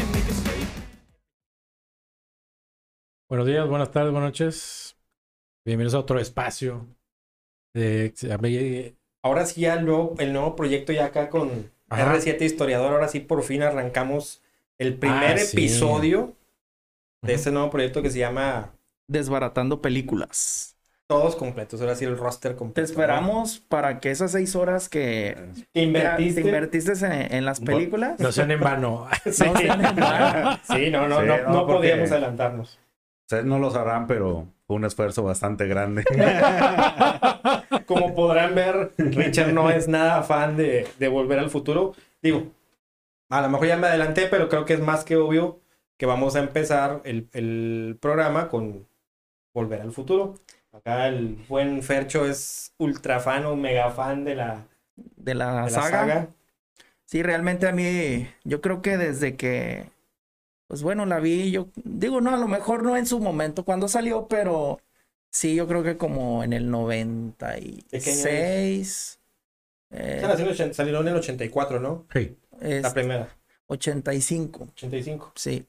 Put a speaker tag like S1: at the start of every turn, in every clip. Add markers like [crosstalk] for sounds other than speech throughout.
S1: and make a statement
S2: Buenos días, buenas tardes, buenas noches. Bienvenidos a otro espacio de a mí-
S3: Ahora sí, ya el nuevo, el nuevo proyecto ya acá con
S2: Ajá.
S3: R7 Historiador. Ahora sí, por fin arrancamos el primer
S2: Ah, sí.
S3: episodio de
S2: Ujú.
S3: este nuevo proyecto que se llama
S4: desbaratando películas.
S3: Todos Completos. Ahora sí, el roster
S4: Te
S3: completo.
S4: esperamos para que esas seis horas que
S3: ¿no? Que invertiste.
S4: te invertiste en, en las películas.
S2: no sean en vano.
S3: [laughs] Sí.
S4: No sean en vano.
S3: Sí, no, no,
S5: Sí,
S3: no,
S5: no,
S3: no
S5: porque-
S3: podíamos adelantarnos.
S5: Ustedes no lo sabrán, pero fue un esfuerzo bastante grande.
S4: [laughs] Ah,
S3: Como podrán ver, Richard no es nada fan de, de Volver al Futuro. Digo, a lo mejor ya me adelanté, pero creo que es más que obvio que vamos a empezar el, el programa con Volver al Futuro. Acá el buen Fercho es ultra fan o mega fan de la,
S4: De la,
S3: de la
S4: saga.
S3: saga.
S4: Sí, realmente a mí, yo creo que desde que, pues bueno, la vi, yo digo, no, a lo mejor no en su momento cuando salió, pero sí, yo creo que como en el 96.
S3: O
S4: eh,
S3: sea, nació en el ochen- Salieron en el 84, ¿no?
S2: [laughs] Sí.
S4: es
S3: La primera,
S4: 85,
S3: 85.
S4: sí.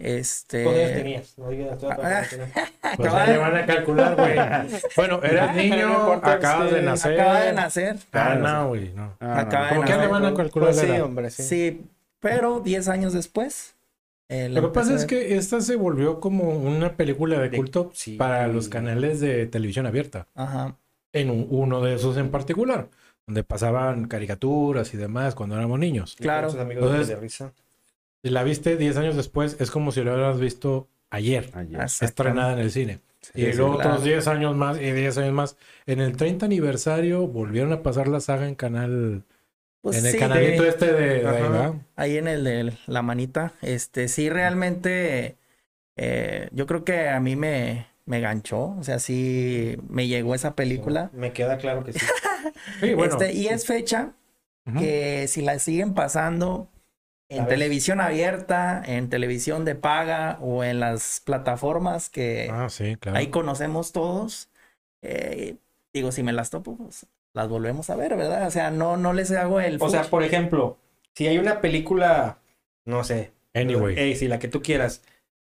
S4: Este.
S3: ¿Cuántos años tenías? No digas, estoy
S4: ah,
S3: atrapado.
S2: Pues ya le van a calcular, güey. [laughs] Bueno, eras
S3: No
S2: niño,
S3: importa,
S2: acabas
S3: sí,
S2: de nacer.
S4: Acaba de nacer.
S2: Ah, no, güey, no.
S5: Ah,
S4: Acá
S5: no,
S2: ¿Cómo
S4: Bueno,
S2: que le
S4: no,
S2: van a calcular
S3: Pues
S2: la
S3: sí,
S2: edad?
S3: hombre, sí.
S4: Sí, pero 10 años después. eh, la
S2: Lo que pasa
S4: empecé
S2: es
S4: a ver.
S2: que esta se volvió como una película de
S3: De-
S2: culto
S3: sí.
S2: para los canales de televisión abierta.
S4: Ajá.
S2: En un- uno de esos en particular, donde pasaban caricaturas y demás cuando éramos niños.
S3: Y con
S4: claro.
S3: sus amigos de
S2: Entonces,
S3: Tele Risa.
S2: Si la viste 10 años después, es como si lo hubieras visto ayer,
S5: ayer.
S4: Exactamente.
S2: estrenada en el cine.
S5: Sí,
S2: y
S5: sí,
S2: luego
S4: claro.
S2: otros 10 años más y 10 años más. En el 30 aniversario volvieron a pasar la saga en canal.
S4: Pues
S2: en el
S4: sí,
S2: canalito
S4: de-
S2: este de, de ahí,
S3: Ajá.
S2: ¿verdad?
S4: ahí en el de la manita. Este, sí, realmente. eh, yo creo que a mí me, me ganchó. O sea, sí me llegó esa película.
S3: Me queda claro que sí.
S2: Sí, bueno.
S4: Este, y es fecha
S2: Ujú.
S4: que si la siguen pasando
S3: La
S4: en
S3: ves.
S4: televisión abierta, en televisión de paga o en las plataformas que.
S2: Ah, sí, claro.
S4: ahí conocemos todos. eh, digo, si me las topo, pues las volvemos a ver, ¿verdad? O sea, no, no les hago el.
S3: O sea,
S4: fuchi.
S3: por ejemplo, si hay una película, no sé,
S2: Anyway.
S3: eh, si la que tú quieras,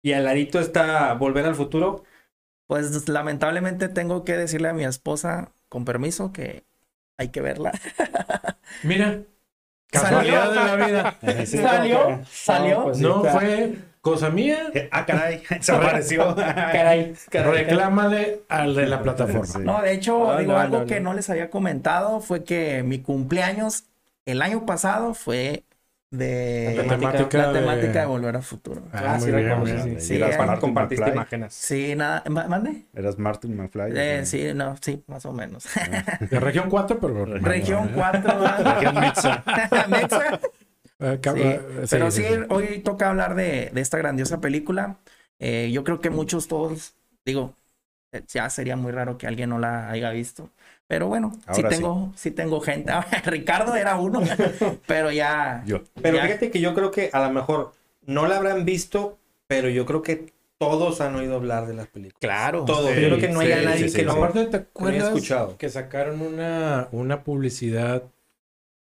S3: y al ladito está Volver al Futuro,
S4: pues lamentablemente tengo que decirle a mi esposa, con permiso, que hay que verla. [laughs]
S2: Mira, casualidad de la
S4: [laughs]
S2: vida.
S3: [laughs]
S5: Eh, sí.
S4: ¿Salió? ¿Salió?
S3: pues sí,
S2: No
S3: está-
S2: fue cosa
S4: [laughs]
S2: mía.
S5: Eh, [laughs] Ah, caray, desapareció.
S3: Caray, caray.
S2: Reclámale al de la plataforma.
S5: Sí.
S4: No, de hecho,
S3: Ah,
S4: digo,
S3: no,
S4: algo
S3: no,
S4: que
S3: no.
S4: no les había comentado fue que mi cumpleaños el año pasado fue de
S2: La temática
S4: la
S2: de-
S4: temática de volver al futuro.
S3: Ah, sí,
S2: muy bien,
S3: reconoces,
S2: bien.
S5: sí.
S3: sí,
S4: Sí,
S3: las
S4: eh,
S3: pan-
S5: Martin
S3: compartiste
S5: McFly.
S3: imágenes.
S4: Sí, nada, ¿ma- ¿mande?
S5: Eras Martin McFly.
S4: Eh,
S5: ¿no?
S4: sí, no, sí, más o menos.
S3: Ah,
S4: [laughs]
S2: De región 4, pero.
S3: pues,
S4: Región 4. Región Mexa. [laughs] Mexa.
S2: Eh,
S4: Sí,
S2: cab- eh, sí,
S4: Pero
S2: sí,
S4: sí,
S2: sí.
S4: hoy toca hablar de, de esta grandiosa película. Eh, yo creo que muchos, todos, digo, eh, ya sería muy raro que alguien no la haya visto. Pero bueno, sí
S5: Ahora sí.
S4: tengo, sí. tengo gente. [laughs] Ah, Ricardo era
S2: [laughs]
S4: uno, pero ya.
S5: Yo.
S3: Pero
S4: Ya.
S3: fíjate que yo creo que a lo mejor no la habrán visto, pero yo creo que todos han oído hablar de las películas.
S4: Claro.
S3: Todos.
S5: Sí,
S3: yo creo que no haya
S5: sí,
S3: nadie
S5: sí,
S3: que
S5: sí,
S3: no.
S5: sí.
S2: Aparte, ¿te
S3: había
S2: acuerdas
S3: escuchado.
S2: que sacaron una, una publicidad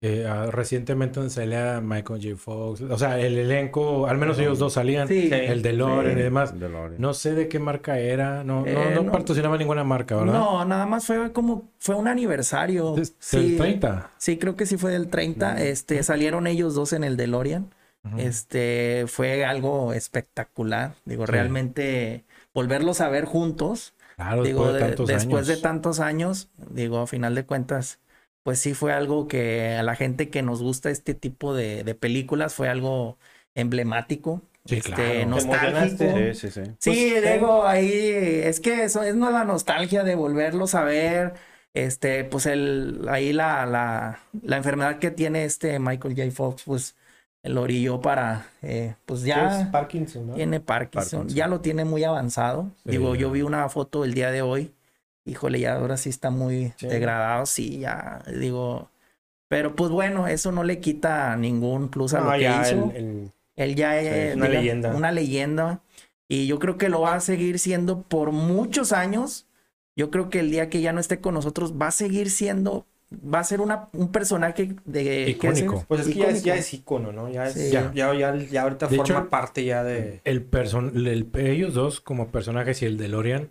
S2: eh, ah, recientemente donde salía Michael J. Fox? O sea, el elenco, al menos ellos dos salían.
S4: Sí.
S3: Sí.
S2: El de Loren y demás.
S5: DeLorean.
S2: No sé de qué marca era. No,
S4: Eh,
S2: no, no,
S4: no.
S2: patrocinaba ninguna marca, ¿verdad?
S4: No, nada más fue como, fue un aniversario.
S2: Des-
S4: Sí,
S2: del 30.
S4: sí, creo que sí fue del 30. Este, salieron ellos dos en el DeLorean.
S2: Ujú.
S4: Este fue algo espectacular. Digo,
S2: Sí.
S4: realmente volverlos a ver juntos,
S2: Claro,
S4: digo,
S2: después de
S4: de-
S2: tantos
S4: después
S2: años.
S4: de tantos años, digo, a final de cuentas, pues sí fue algo que a la gente que nos gusta este tipo de, de películas fue algo emblemático,
S2: Sí,
S4: este,
S2: claro.
S3: Te
S4: nostálgico.
S3: emocionaste.
S5: Sí, sí, sí.
S4: Sí,
S3: Pues,
S4: digo, ahí es que eso es no la nostalgia de volverlos a ver. Este, pues el, ahí la, la, la enfermedad que tiene este Michael J. Fox, pues el orilló para, eh, pues
S3: Es
S4: ya
S3: Parkinson, ¿no?
S4: tiene Parkinson.
S5: Parkinson.
S4: ya lo tiene muy avanzado.
S2: Sí,
S4: Digo, yo
S2: ya.
S4: vi una foto el día de hoy, híjole, ya ahora sí está muy
S3: Sí.
S4: degradado, sí, ya, digo, pero pues bueno, eso no le quita ningún plus a
S3: No,
S4: lo que
S3: ya
S4: hizo.
S3: el- el-
S4: Él ya es
S3: es una leyenda.
S4: Una leyenda. Y yo creo que lo va a seguir siendo por muchos años. Yo creo que el día que ya no esté con nosotros va a seguir siendo, va a ser una, un personaje de... ¿qué es?
S2: Icónico.
S3: pues es que ya es,
S4: Icónico.
S3: ya es ícono, ¿no? Ya, es-
S4: Sí.
S3: ya, ya, ya, ya ahorita
S2: De
S3: forma
S2: hecho, mm,
S3: parte ya de...
S2: El person el- ellos dos como personajes y el DeLorean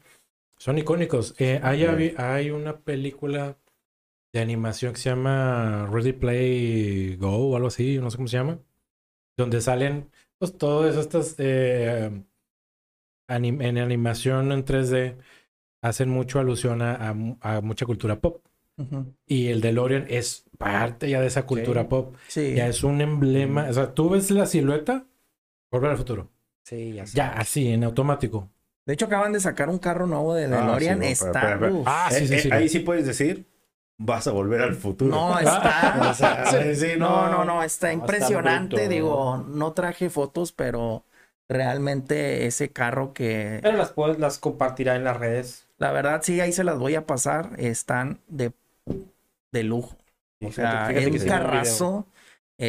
S2: son icónicos. Eh, hay, habi- hay una película de animación que se llama Ready Play Go o algo así, no sé cómo se llama, donde salen pues todas estas eh, anim- en animación en 3D hacen mucho alusión a, a mu- a mucha cultura pop.
S4: Ujú.
S2: Y el DeLorean es parte ya de esa cultura
S3: Sí.
S2: pop.
S4: Sí.
S2: Ya es un emblema. O sea, tú ves la silueta, volver al futuro.
S3: Sí, ya sé.
S2: Ya, así, en automático.
S4: De hecho, acaban de sacar un carro nuevo de DeLorean.
S5: sí, no,
S4: está.
S5: pero- pero-
S4: uf.
S2: Ah, sí,
S5: Eh,
S2: sí,
S5: eh,
S2: sí.
S5: Ahí sí puedes decir, vas a volver al futuro.
S4: no, está.
S5: [laughs]
S4: [laughs]
S5: O sea, eh, sí,
S4: No, no, no, está
S3: No, está
S4: impresionante.
S3: bruto,
S4: Digo, no traje fotos, pero realmente ese carro que
S3: Pero las, puedes- las compartirá en las redes.
S4: La verdad, sí, ahí se las voy a pasar. Están de, de lujo. O
S3: Fíjate-
S4: sea,
S3: fíjate que
S4: es
S3: sí
S4: un
S3: vi video.
S4: carrazo.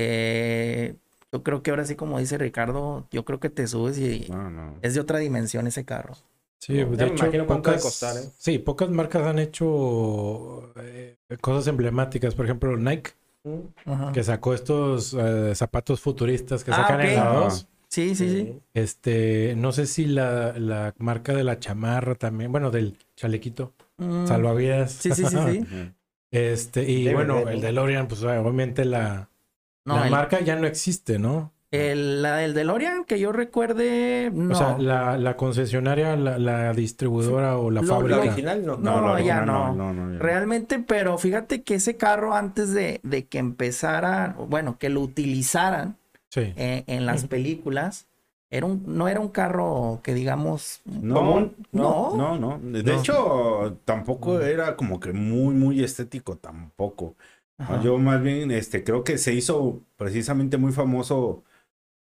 S4: Eh, yo creo que ahora sí, como dice Ricardo, yo creo que te subes y
S5: No, no.
S4: es de otra dimensión ese carro.
S2: Sí, pues,
S3: Ya
S2: de
S3: me
S2: hecho,
S3: imagino cuánto ha de
S2: pocas,
S3: costar, ¿eh?
S2: sí, pocas marcas han hecho eh, cosas emblemáticas. Por ejemplo, Nike,
S3: Mm,
S4: Ajá.
S2: que sacó estos eh, zapatos futuristas que
S4: Ah,
S2: sacan en
S4: ok.
S2: la
S5: Ah.
S2: 2.
S4: Sí, sí, sí.
S2: Este, no sé si la, la marca de la chamarra también, bueno, del chalequito,
S4: Mm,
S2: salvavidas.
S4: Sí, sí, sí, sí.
S5: Ujú.
S2: [laughs] Este, y
S3: Debe
S2: bueno,
S3: haber, ¿no?
S2: el DeLorean, pues obviamente la,
S4: Mm, No,
S2: la
S4: el-
S2: marca ya no existe, ¿no?
S4: el- la del DeLorean, que yo recuerde, no.
S2: O sea, la, la concesionaria, la, la distribuidora o la
S4: Lo- lo
S3: La
S2: fábrica.
S3: original no.
S4: No,
S5: la
S4: ya
S5: original
S4: no.
S5: no, ya no.
S4: Realmente, pero fíjate que ese carro antes de, de que empezara, bueno, que lo utilizaran,
S2: Sí.
S4: eh, en las películas. Era un, no era un carro que digamos.
S5: No,
S3: ¿Común?
S4: No.
S5: No, no. De
S2: No.
S5: hecho, tampoco era como que muy, muy estético, tampoco.
S4: Ajá.
S5: Yo más bien, este, creo que se hizo precisamente muy famoso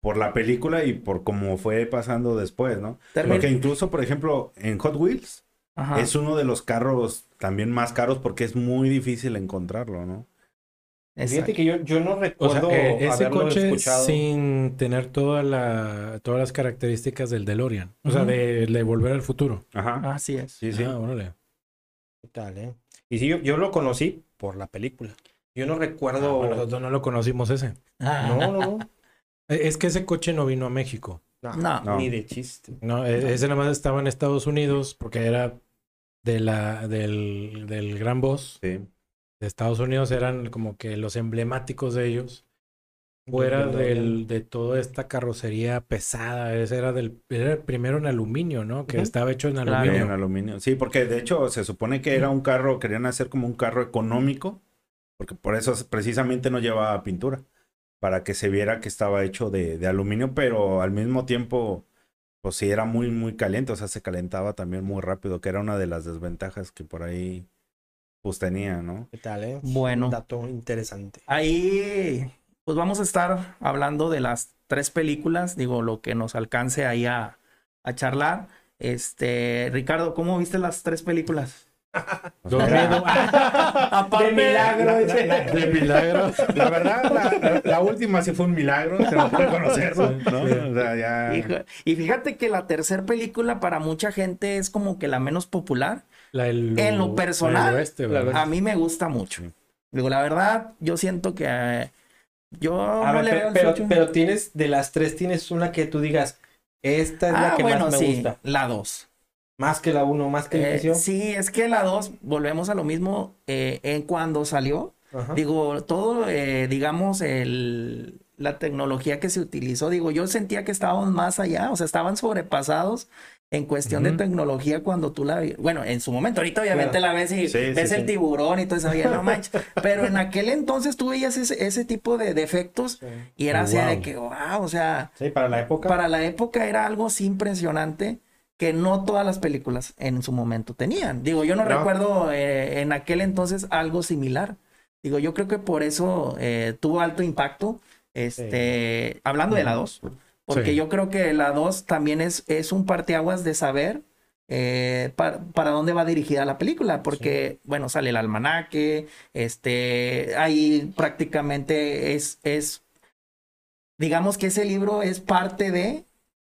S5: por la película y por cómo fue pasando después, ¿no?
S4: Termin-
S5: Porque incluso, por ejemplo, en Hot Wheels
S4: Ajá.
S5: es uno de los carros también más caros porque es muy difícil encontrarlo, ¿no?
S4: Exacto.
S3: Fíjate que yo, yo no
S2: O sea,
S3: recuerdo
S2: eh, ese
S3: haberlo
S2: coche
S3: escuchado.
S2: sin tener toda la, todas las características del DeLorean. O sea,
S4: Ujú.
S2: de, de volver al futuro.
S5: Ajá.
S4: Así es.
S5: Sí, sí.
S2: Ah, órale.
S3: ¿Qué tal, eh? Y sí, yo, yo lo conocí por la película. Yo Ah, no recuerdo.
S2: Ah, Bueno, nosotros no lo conocimos ese.
S4: Ah,
S3: no, no, no,
S2: Eh, Es que ese coche no vino a México.
S3: no,
S4: No.
S5: No.
S3: Ni de chiste.
S2: No, e- ese nada más estaba en Estados Unidos porque era de la, del, del gran boss
S5: Sí.
S2: de Estados Unidos. Eran como que los emblemáticos de ellos. Fuera
S3: Del
S2: del, de toda esta carrocería pesada. Ese era del era el primero en aluminio, ¿no? Que
S3: Ujú.
S2: estaba hecho en
S4: Claro.
S5: En
S2: aluminio.
S5: aluminio. Sí, porque de hecho se supone que era un carro, querían hacer como un carro económico, porque por eso es- precisamente no llevaba pintura, para que se viera que estaba hecho de, de aluminio, pero al mismo tiempo, pues sí, era muy, muy caliente, o sea, se calentaba también muy rápido, que era una de las desventajas que por ahí, pues tenía, ¿no?
S3: ¿Qué tal, eh?
S4: Bueno.
S3: Un dato interesante.
S4: Ahí, pues vamos a estar hablando de las tres películas, digo, lo que nos alcance ahí a, a charlar. Este, Ricardo, ¿cómo viste las tres [laughs] películas?
S2: Dormido.
S4: Aparte,
S3: milagro, dice.
S2: De milagro.
S5: La verdad, la, la- la última sí fue un milagro, se lo puede conocer, ¿no? O sea, ya-
S4: hijo, Y fíjate que la tercera película para mucha gente es como que la menos popular.
S2: La del-
S4: En lo
S2: la del
S4: personal,
S2: oeste, ¿verdad?
S4: A mí me gusta mucho. Digo, la verdad, yo siento que eh, yo
S3: A
S4: no
S3: ver,
S4: le
S3: pe-
S4: veo el
S3: pero,
S4: fucho.
S3: pero tienes, de las tres, tienes una que tú digas, esta es
S4: ah,
S3: la que
S4: bueno,
S3: más me
S4: sí,
S3: gusta.
S4: la 2.
S3: Más que la uno, más que el inicio.
S4: Eh, sí, es que la 2, volvemos a lo mismo, eh, en cuando salió,
S3: Ajá.
S4: digo, todo, eh, digamos, el, la tecnología que se utilizó, digo, yo sentía que estábamos más allá, o sea, estaban sobrepasados en cuestión
S2: Ujú.
S4: de tecnología cuando tú la, vi- bueno, en su momento, ahorita obviamente
S3: Claro.
S4: la ves y
S5: Sí, sí,
S4: ves el
S5: sí.
S4: tiburón y todo eso, oye, no manches, pero en aquel entonces tú veías ese, ese tipo de defectos
S3: Sí.
S4: y era así de
S2: Wow.
S4: que, wow, o sea,
S3: Sí, para la época.
S4: para la época era algo así impresionante que no todas las películas en su momento tenían. Digo, yo no,
S5: No.
S4: recuerdo eh, en aquel entonces algo similar. Digo, yo creo que por eso eh, tuvo alto impacto Este, hablando de la 2, porque
S2: Sí.
S4: yo creo que la 2 también es, es un parteaguas de saber eh, para, para dónde va dirigida la película, porque, bueno, sale el almanaque, este, ahí prácticamente es, es, digamos que ese libro es parte de,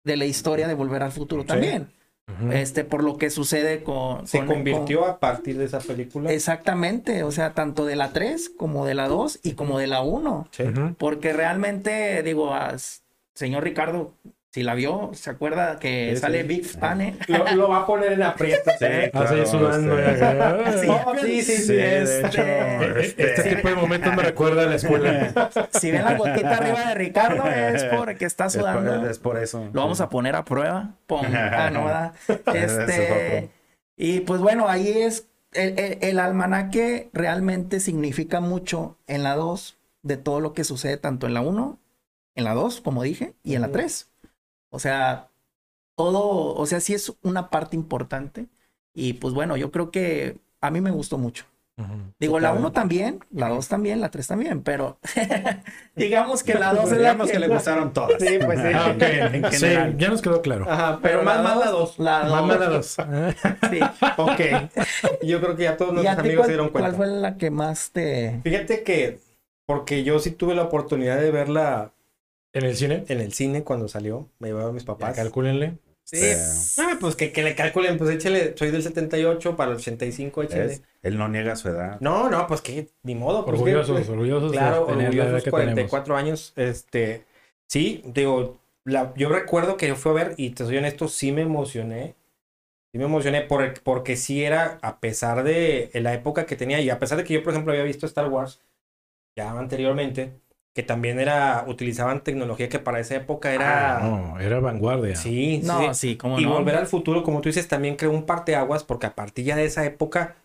S4: de la historia de Volver al Futuro
S5: Sí.
S4: también,
S2: Ujú.
S4: este, por lo que sucede con...
S3: Se
S4: con-
S3: convirtió a partir de esa película.
S4: con- exactamente, o sea, tanto de la 3 como de la 2 y como de la 1.
S3: Sí.
S2: Ujú.
S4: Porque realmente, digo, a s- señor Ricardo, si la vio, se acuerda que
S3: Sí,
S4: sale
S3: sí.
S4: Big Fan, ¿eh?
S3: Lo, lo va a poner en aprietos.
S5: Sí,
S2: Ah, sí,
S5: claro,
S2: sudando.
S5: este,
S2: ya, ya.
S4: [laughs] [laughs] Sí.
S3: Oh, sí, sí, sí.
S5: Sí, de hecho,
S4: Este,
S2: Eh, Este tipo de momentos me recuerda a la escuela.
S4: si ven la gotita arriba de Ricardo,
S5: [laughs]
S4: es porque está
S5: es por-
S4: sudando.
S5: Es por eso.
S4: Lo vamos a poner a prueba. Pum. Ah, no,
S5: [laughs]
S4: ¿verdad?
S5: es
S4: Este,
S5: otro.
S4: y pues bueno, ahí es. El, el- el almanaque realmente significa mucho en la 2 de todo lo que sucede tanto en la 1, en la 2, como dije, y en la 3. O sea, todo, o sea, sí es una parte importante. Y pues bueno, yo creo que a mí me gustó mucho.
S2: Ujú.
S4: Digo, la 1 también, la 2 también, la 3 también, pero [laughs] digamos que la 2 es la
S5: Pues Digamos que le gustaron todas.
S3: Sí, pues sí.
S2: Ah, ok. Sí,
S5: general.
S2: ya nos quedó claro.
S3: Ajá, pero, más más la dos.
S4: La
S2: Más
S4: dos,
S2: mala dos. Ah,
S4: sí.
S3: Ok. Yo creo que ya todos
S4: [laughs] ¿Y a
S3: nuestros
S4: ti
S3: amigos
S4: cuál-
S3: se dieron cuenta.
S4: ¿Cuál fue la que más te...?
S3: Fíjate que, porque yo sí tuve la oportunidad de verla
S2: En el cine,
S3: en el cine cuando salió, me llevaban mis
S2: ya
S3: papás.
S2: calcúlenle.
S3: Sí.
S5: Sí.
S3: Ah, pues que, que le calculen, pues échale, soy del 78 para el 85, échale.
S5: ¿Ves? Él no niega su edad.
S3: No, no, pues que ni modo. pues, que-
S2: Orgullosos, orgullosos
S3: Claro,
S2: de tener la edad
S3: orgullosos,
S2: que
S3: 44 años. Este, sí, digo, la- yo recuerdo que yo fui a ver, y te soy honesto, sí me emocioné. Sí me emocioné por, porque sí era, a pesar de la época que tenía, y a pesar de que yo, por ejemplo, había visto Star Wars ya anteriormente, que también era, utilizaban tecnología que para esa época era...
S2: tenemos. Ah, No, era vanguardia.
S3: Sí, sí,
S4: No, sí, como
S3: y
S4: no.
S3: Volver al Futuro, como tú dices, también creó un parteaguas porque a partir ya de esa época,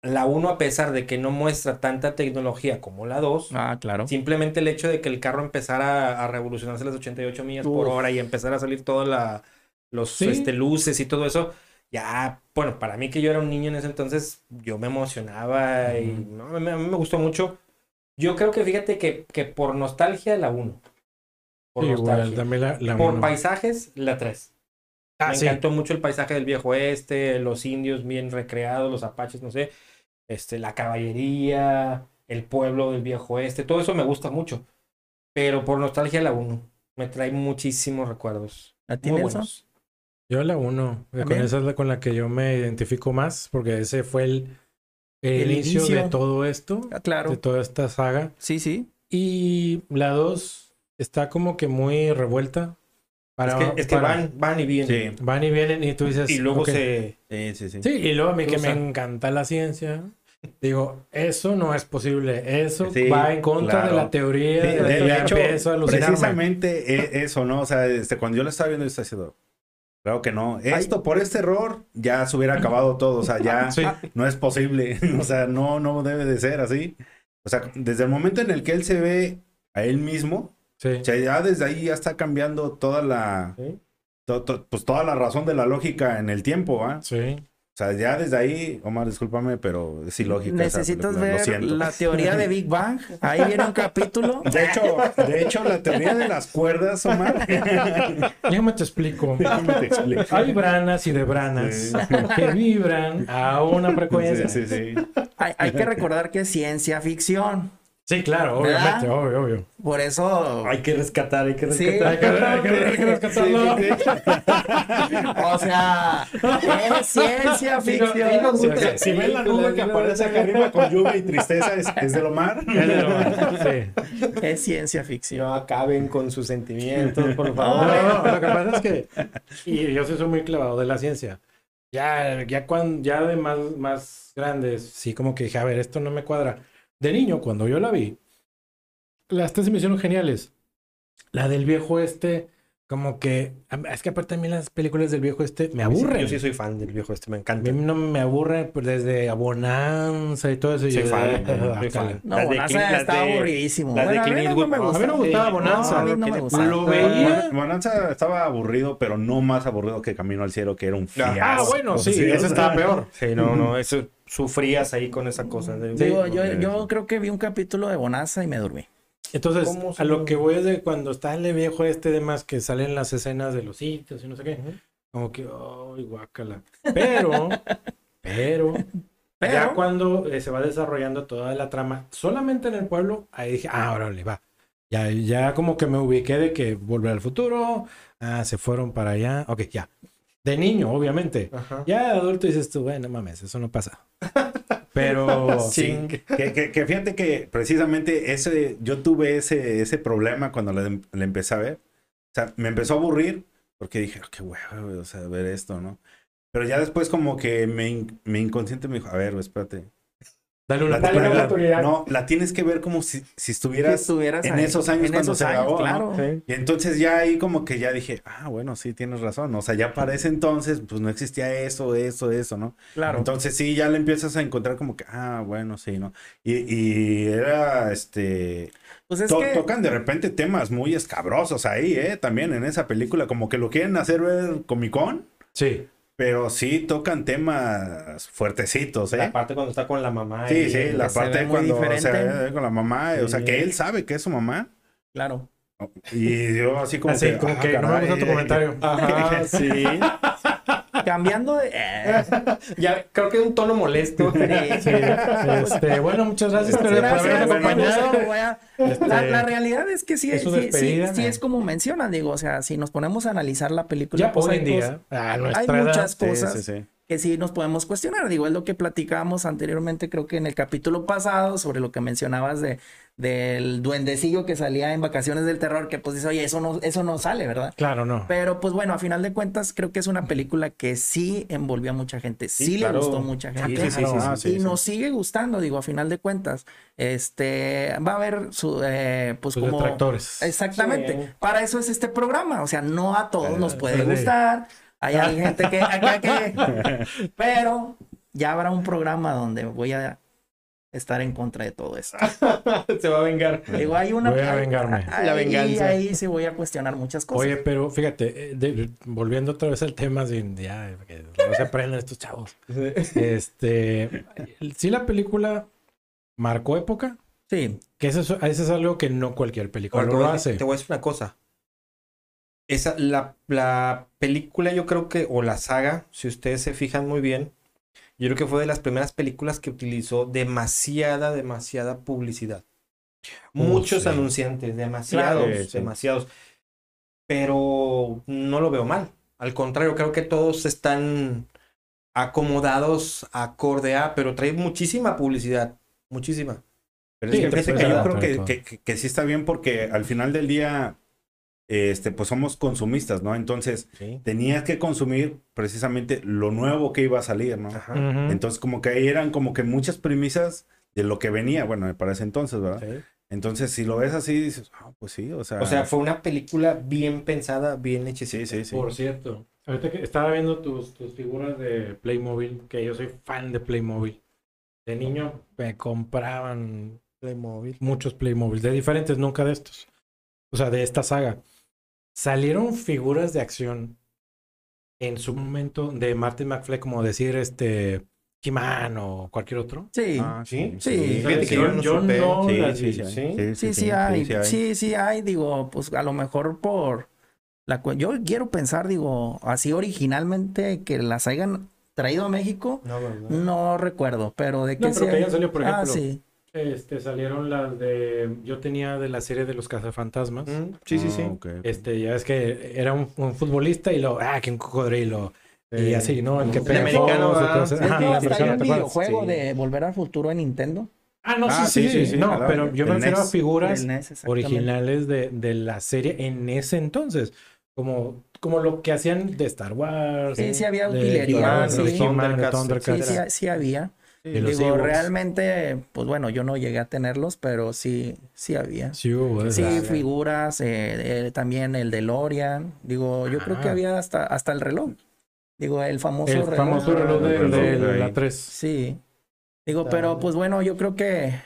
S3: la 1, a pesar de que no muestra tanta tecnología como la 2,
S4: Ah, claro.
S3: simplemente el hecho de que el carro empezara a, a revolucionarse las 88 millas
S4: Uf.
S3: por hora y empezar a salir todas la los
S2: Sí.
S3: este, luces y todo eso, ya, bueno, para mí que yo era un niño en ese entonces, yo me emocionaba y
S2: Ujú.
S3: no, a, mí, a mí me gustó mucho. Yo creo que fíjate que, que por nostalgia la 1. Por
S2: Sí, igual,
S3: nostalgia.
S2: también la, la
S3: por
S2: uno.
S3: paisajes, la 3.
S2: Ah,
S3: Me
S2: sí.
S3: encantó mucho el paisaje del viejo oeste, los indios bien recreados, los apaches, no sé, este, la caballería, el pueblo del viejo oeste, todo eso me gusta mucho. Pero por nostalgia la 1 me trae muchísimos recuerdos.
S4: ¿A ti,
S3: Muy
S4: Nelson?
S3: buenos.
S2: Yo la uno. eh, Con
S4: También.
S2: esa es la con la que yo me identifico más, porque ese fue el, el
S4: El
S2: inicio, de
S4: inicio.
S2: todo esto,
S4: Ah,
S2: de
S4: Claro.
S2: toda esta saga.
S4: Sí, sí.
S2: Y la dos está como que muy revuelta.
S3: Es
S2: Para,
S3: que, es que
S2: para-
S3: van, van y vienen.
S5: Sí,
S2: van y vienen y tú dices...
S3: Y luego
S2: ok.
S3: se...
S5: sí, sí. sí.
S2: Sí, y luego a mí que me
S3: Cruzan.
S2: encanta la ciencia, digo, eso no es posible, eso
S5: Sí,
S2: va en contra de
S5: claro.
S2: la teoría,
S5: Sí,
S2: de,
S5: de, de hecho,
S2: empiezo a alucinarme.
S5: precisamente e- eso, ¿no? O sea, este, cuando yo lo estaba viendo, yo estaba diciendo, claro que no. Esto, por este error, ya se hubiera acabado todo. O sea,
S2: [laughs]
S5: ya
S2: Sí.
S5: no es posible. [laughs] O sea, no, no debe de ser así. O sea, desde el momento en el que él se ve a él mismo,
S2: Sí.
S5: o sea, ya desde ahí ya está cambiando toda la...
S3: Sí.
S5: to- to- pues toda la razón de la lógica en el tiempo, ¿ah?
S2: Sí.
S5: O sea, ya desde ahí, Omar, discúlpame, pero es ilógico. esa
S4: Necesitas
S5: película, lo
S4: ver
S5: siento.
S4: la teoría
S5: [laughs]
S4: de Big Bang. Ahí viene un capítulo.
S5: De hecho, de hecho, la teoría de las cuerdas, Omar. [laughs]
S2: Déjame te explico.
S5: Déjame te explico.
S2: Hay branas y de branas
S5: Sí.
S2: que vibran a una frecuencia. Sí,
S5: Sí, sí,
S2: [laughs]
S5: sí.
S4: Hay, hay que recordar que es ciencia ficción.
S2: claro,
S4: ¿Verdad?
S2: obviamente, obvio, obvio.
S4: Por eso...
S3: Hay que rescatar, hay que
S4: Sí.
S3: rescatar.
S2: Hay que, hay que- hay que rescatarlo.
S4: O sea, es ciencia
S2: Sí, no,
S4: ficción.
S2: sí, no,
S5: Si, si ven la nube que aparece acá arriba con lluvia y tristeza, es, es
S2: [laughs]
S5: del Omar.
S2: Sí.
S4: Es ciencia ficción.
S3: No acaben con sus sentimientos,
S4: [laughs]
S3: por
S2: No,
S3: favor.
S2: no, no, lo que pasa es que
S3: [laughs]
S2: y yo sí soy muy clavado de la ciencia. Ya, ya cuando, ya de más, más grandes, sí como que dije, a ver, esto no me cuadra. De niño, cuando yo la vi, las tres se me hicieron geniales. La del viejo este, como que, es que aparte a mí las películas del viejo este me aburren.
S3: Yo sí soy fan del viejo este, me
S2: A
S3: encanta.
S2: mí no me aburre pues, desde Abonanza y todo eso. y
S3: Soy
S2: yo-
S3: fan,
S2: Ah, cala.
S3: soy fan.
S4: No,
S3: Las de Clint-
S4: Bonanza
S3: las
S4: está
S3: de-
S4: aburridísimo.
S3: las de
S4: Bueno, a mí
S3: Clint
S4: no
S3: Eastwood,
S4: me
S3: ¿no?
S2: A mí no
S4: gusta.
S2: me gustaba
S4: Sí,
S2: Bonanza,
S4: no, a mí
S3: lo
S4: no
S3: que
S4: me
S3: le-
S4: gustaba.
S2: lo veía.
S5: Bonanza estaba aburrido, pero no más aburrido que Camino al Cielo, que era un fiasco.
S2: Ah, bueno,
S3: Pues
S2: sí,
S5: o
S2: eso
S5: sea,
S2: estaba peor.
S3: Sí, no, no, eso sufrías ahí con esa cosa. de-
S4: Digo, yo,
S5: ok.
S4: yo creo que vi un capítulo de Bonanza y me dormí.
S2: Entonces,
S3: ¿Cómo
S2: a
S3: se
S2: lo
S3: llama?
S2: que voy es de cuando está el viejo este demás que salen las escenas de los sitios y no sé qué.
S3: Ujú.
S2: Como que, ay, guácala.
S3: [laughs]
S2: Pero, pero,
S4: Pero-
S2: ya cuando eh, se va desarrollando toda la trama, solamente en el pueblo, ahí dije, ah, órale, va. Ya, ya como que me ubiqué de que volver al futuro, ah, se fueron para allá, ok, ya. De niño, obviamente.
S3: Ajá.
S2: Ya de adulto dices tú, bueno, mames, eso no
S3: [laughs]
S2: pasa. Pero,
S3: Ching.
S5: Oh, Que, que- que fíjate que precisamente ese, yo tuve ese, ese problema cuando le, le empecé a ver. O sea, me empezó a aburrir porque dije, "Ah, qué hueva, güey, o sea, ver esto, ¿no? Pero ya después como que me, in- mi inconsciente me dijo, a ver, güey, espérate.
S2: dale una
S5: La,
S3: Dale una
S5: la-
S3: oportunidad.
S5: no, la tienes que ver como si, si
S4: Si
S5: estuvieras...
S4: estuvieras
S5: en
S4: ahí.
S5: esos años cuando se grabó, ¿no?
S4: claro.
S3: Sí.
S5: Y entonces ya ahí como que ya dije, ah, bueno, sí, tienes razón. O sea, ya para ese entonces, pues no existía eso, eso, eso, ¿no?
S4: Claro.
S5: Entonces sí, ya le empiezas a encontrar como que, ah, bueno, sí, ¿no? Y, y era, este,
S4: Pues es
S5: to-
S4: que
S5: tocan de repente temas muy escabrosos ahí, ¿eh? También en esa película, como que lo quieren hacer ver Comic Con,
S2: Sí.
S5: pero sí tocan temas fuertecitos,
S3: La
S5: ¿eh?
S3: parte cuando está con la mamá. eh,
S5: Sí,
S3: y-
S5: sí, la
S4: que se ve
S5: parte
S4: muy
S5: cuando se
S4: diferente.
S5: ve con la mamá, o sea,
S3: Sí.
S5: que él sabe que es su mamá.
S4: claro.
S5: Y yo así como
S2: Así,
S5: que,
S2: como
S5: ah,
S2: que no me
S5: caray,
S2: gusta tu
S4: [laughs]
S5: eh,
S2: comentario. [laughs]
S3: Ajá, sí.
S4: Cambiando de eh,
S3: ya creo que es un tono molesto.
S2: Sí, este, bueno, muchas gracias por por
S4: Gracias,
S2: habernos
S4: bueno,
S2: acompañado.
S4: pues, voy a- La,
S2: Este,
S4: la realidad es que sí,
S2: es su
S4: sí, sí-
S2: despedida,
S4: sí
S2: ¿no?
S4: es como mencionan, digo, o sea, si nos ponemos a analizar la película,
S2: ya
S4: pues
S2: hoy
S4: hay
S2: en
S4: cosas
S2: día, a nuestra
S4: hay
S2: edad,
S4: muchas
S5: eh, Sí,
S4: cosas
S5: sí, sí.
S4: que sí nos podemos cuestionar. Digo, es lo que platicábamos anteriormente, creo que en el capítulo pasado, sobre lo que mencionabas de del duendecillo que salía en Vacaciones del Terror, que pues dice, oye, eso no, eso no sale, ¿verdad?
S2: claro, no.
S4: Pero pues bueno, a final de cuentas creo que es una película que sí envolvió a mucha gente, sí,
S3: claro.
S4: le gustó a mucha gente.
S5: Sí, sí, sí,
S2: Claro.
S5: sí,
S2: Ah,
S5: sí,
S4: y
S5: sí.
S4: nos sigue gustando, digo, a final de cuentas. Este va a haber su eh, pues
S2: Sus
S4: como
S2: detractores.
S4: exactamente.
S3: Sí.
S4: Para eso es este programa. O sea, no a todos nos puede
S2: sí.
S4: gustar. Hay, hay gente que acá que pero ya habrá un programa donde voy a estar en contra de todo esto.
S3: [laughs] se va a vengar.
S4: Digo, hay una
S2: Voy a vengarme.
S4: La
S3: La
S4: venganza.
S3: venganza.
S4: ahí sí voy a cuestionar muchas cosas.
S2: Oye, pero fíjate, eh, de- volviendo otra vez al tema, sin, ya, que no se aprendan estos chavos. Este, sí, la película marcó época,
S4: sí,
S2: que eso es, eso es algo que no cualquier película
S3: Ahora,
S2: lo
S3: te, voy a decir-
S2: hace.
S3: te voy a decir una cosa. Esa, la, la película, yo creo que, o la saga, si ustedes se fijan muy bien, yo creo que fue de las primeras películas que utilizó demasiada, demasiada publicidad.
S2: Uh,
S3: Muchos
S2: sí.
S3: anunciantes, demasiados,
S5: Claro, sí.
S3: demasiados. Pero no lo veo mal. Al contrario, creo que todos están acomodados acorde a, pero trae muchísima publicidad. Muchísima.
S5: Pero
S2: Sí,
S5: es que
S2: te
S5: fíjate
S2: puedes
S5: que yo
S2: adaptar
S5: creo
S2: todo.
S5: que, que- que- que sí está bien porque al final del día, este, pues somos consumistas, ¿no? Entonces tenías que consumir precisamente lo nuevo que iba a salir, ¿no?
S3: Ajá.
S2: Ujú.
S5: Entonces como que ahí eran como que muchas premisas de lo que venía, bueno, para ese entonces, ¿verdad?
S2: Sí.
S5: Entonces si lo ves así dices, ah, pues sí, o sea,
S3: O sea, fue una película bien pensada, bien hecha.
S5: sí, sí, sí.
S2: Por cierto, ahorita que estaba viendo tus, tus figuras de Playmobil, que yo soy fan de Playmobil. De niño me compraban
S3: Playmobil.
S2: muchos Playmobil, de diferentes, nunca de estos. O sea, de esta saga. Salieron figuras de acción en su momento de Martin McFly, como decir este He-Man o cualquier otro.
S4: sí.
S5: Ah, sí,
S4: Sí,
S5: sí,
S3: Fíjate que
S5: sí,
S3: yo no supe.
S2: no
S5: sí,
S2: las
S5: sí,
S2: vi.
S5: sí, hay.
S3: ¿sí?
S4: Sí, sí hay. Sí, sí hay. Digo, pues a lo mejor por la cu- yo quiero pensar, digo, así originalmente que las hayan traído a México,
S3: No, ¿verdad?
S4: no recuerdo, pero de
S2: No,
S4: que
S2: pero
S4: sí
S2: que
S4: hay-
S2: hayan salido, por ejemplo,
S4: Ah, sí.
S2: este, salieron las de. Yo tenía de la serie de los cazafantasmas.
S3: Mm, Sí, sí, sí.
S5: Ah, ok, ok.
S2: Este, ya es que era un, un futbolista y lo, ah, que un cocodrilo. Y
S3: Eh,
S2: así, ¿no? El que
S3: el
S2: pega
S3: americano,
S2: fotos y
S3: ¿verdad?
S2: cosas.
S3: Sí,
S2: Ajá,
S4: Es que
S2: la
S4: hasta hay
S2: persona,
S4: un
S2: ¿te acuerdas?
S4: videojuego
S3: Sí.
S4: de Volver al Futuro en Nintendo.
S2: Ah, no,
S5: Ah,
S2: sí, sí,
S5: sí,
S2: sí,
S5: sí,
S2: No,
S5: claro.
S2: pero yo me
S5: El
S2: refiero a
S5: NES.
S2: figuras
S4: El NES, exactamente.
S2: originales de, de la serie en ese entonces. Como, como lo que hacían de Star Wars.
S4: Sí, sí había
S2: de
S4: utilería,
S2: He-Man,
S4: sí.
S2: de He-Man, de
S3: Thundercats,
S4: Sí,
S2: Thundercats.
S4: sí,
S3: etcétera.
S4: sí había.
S2: de los
S4: Digo,
S2: Ewoks.
S4: realmente, pues bueno, yo no llegué a tenerlos, pero sí, sí había.
S2: Sí, hubo de
S4: Sí,
S2: esas.
S4: figuras, eh, eh, también el DeLorean. Digo, yo creo que
S2: Ah.
S4: había hasta, hasta el reloj. Digo, el famoso
S2: El
S4: reloj.
S2: famoso reloj de,
S5: reloj,
S2: de
S5: güey.
S2: la 3.
S4: Sí. Digo,
S3: Está
S4: pero
S3: bien.
S4: pues bueno, yo creo que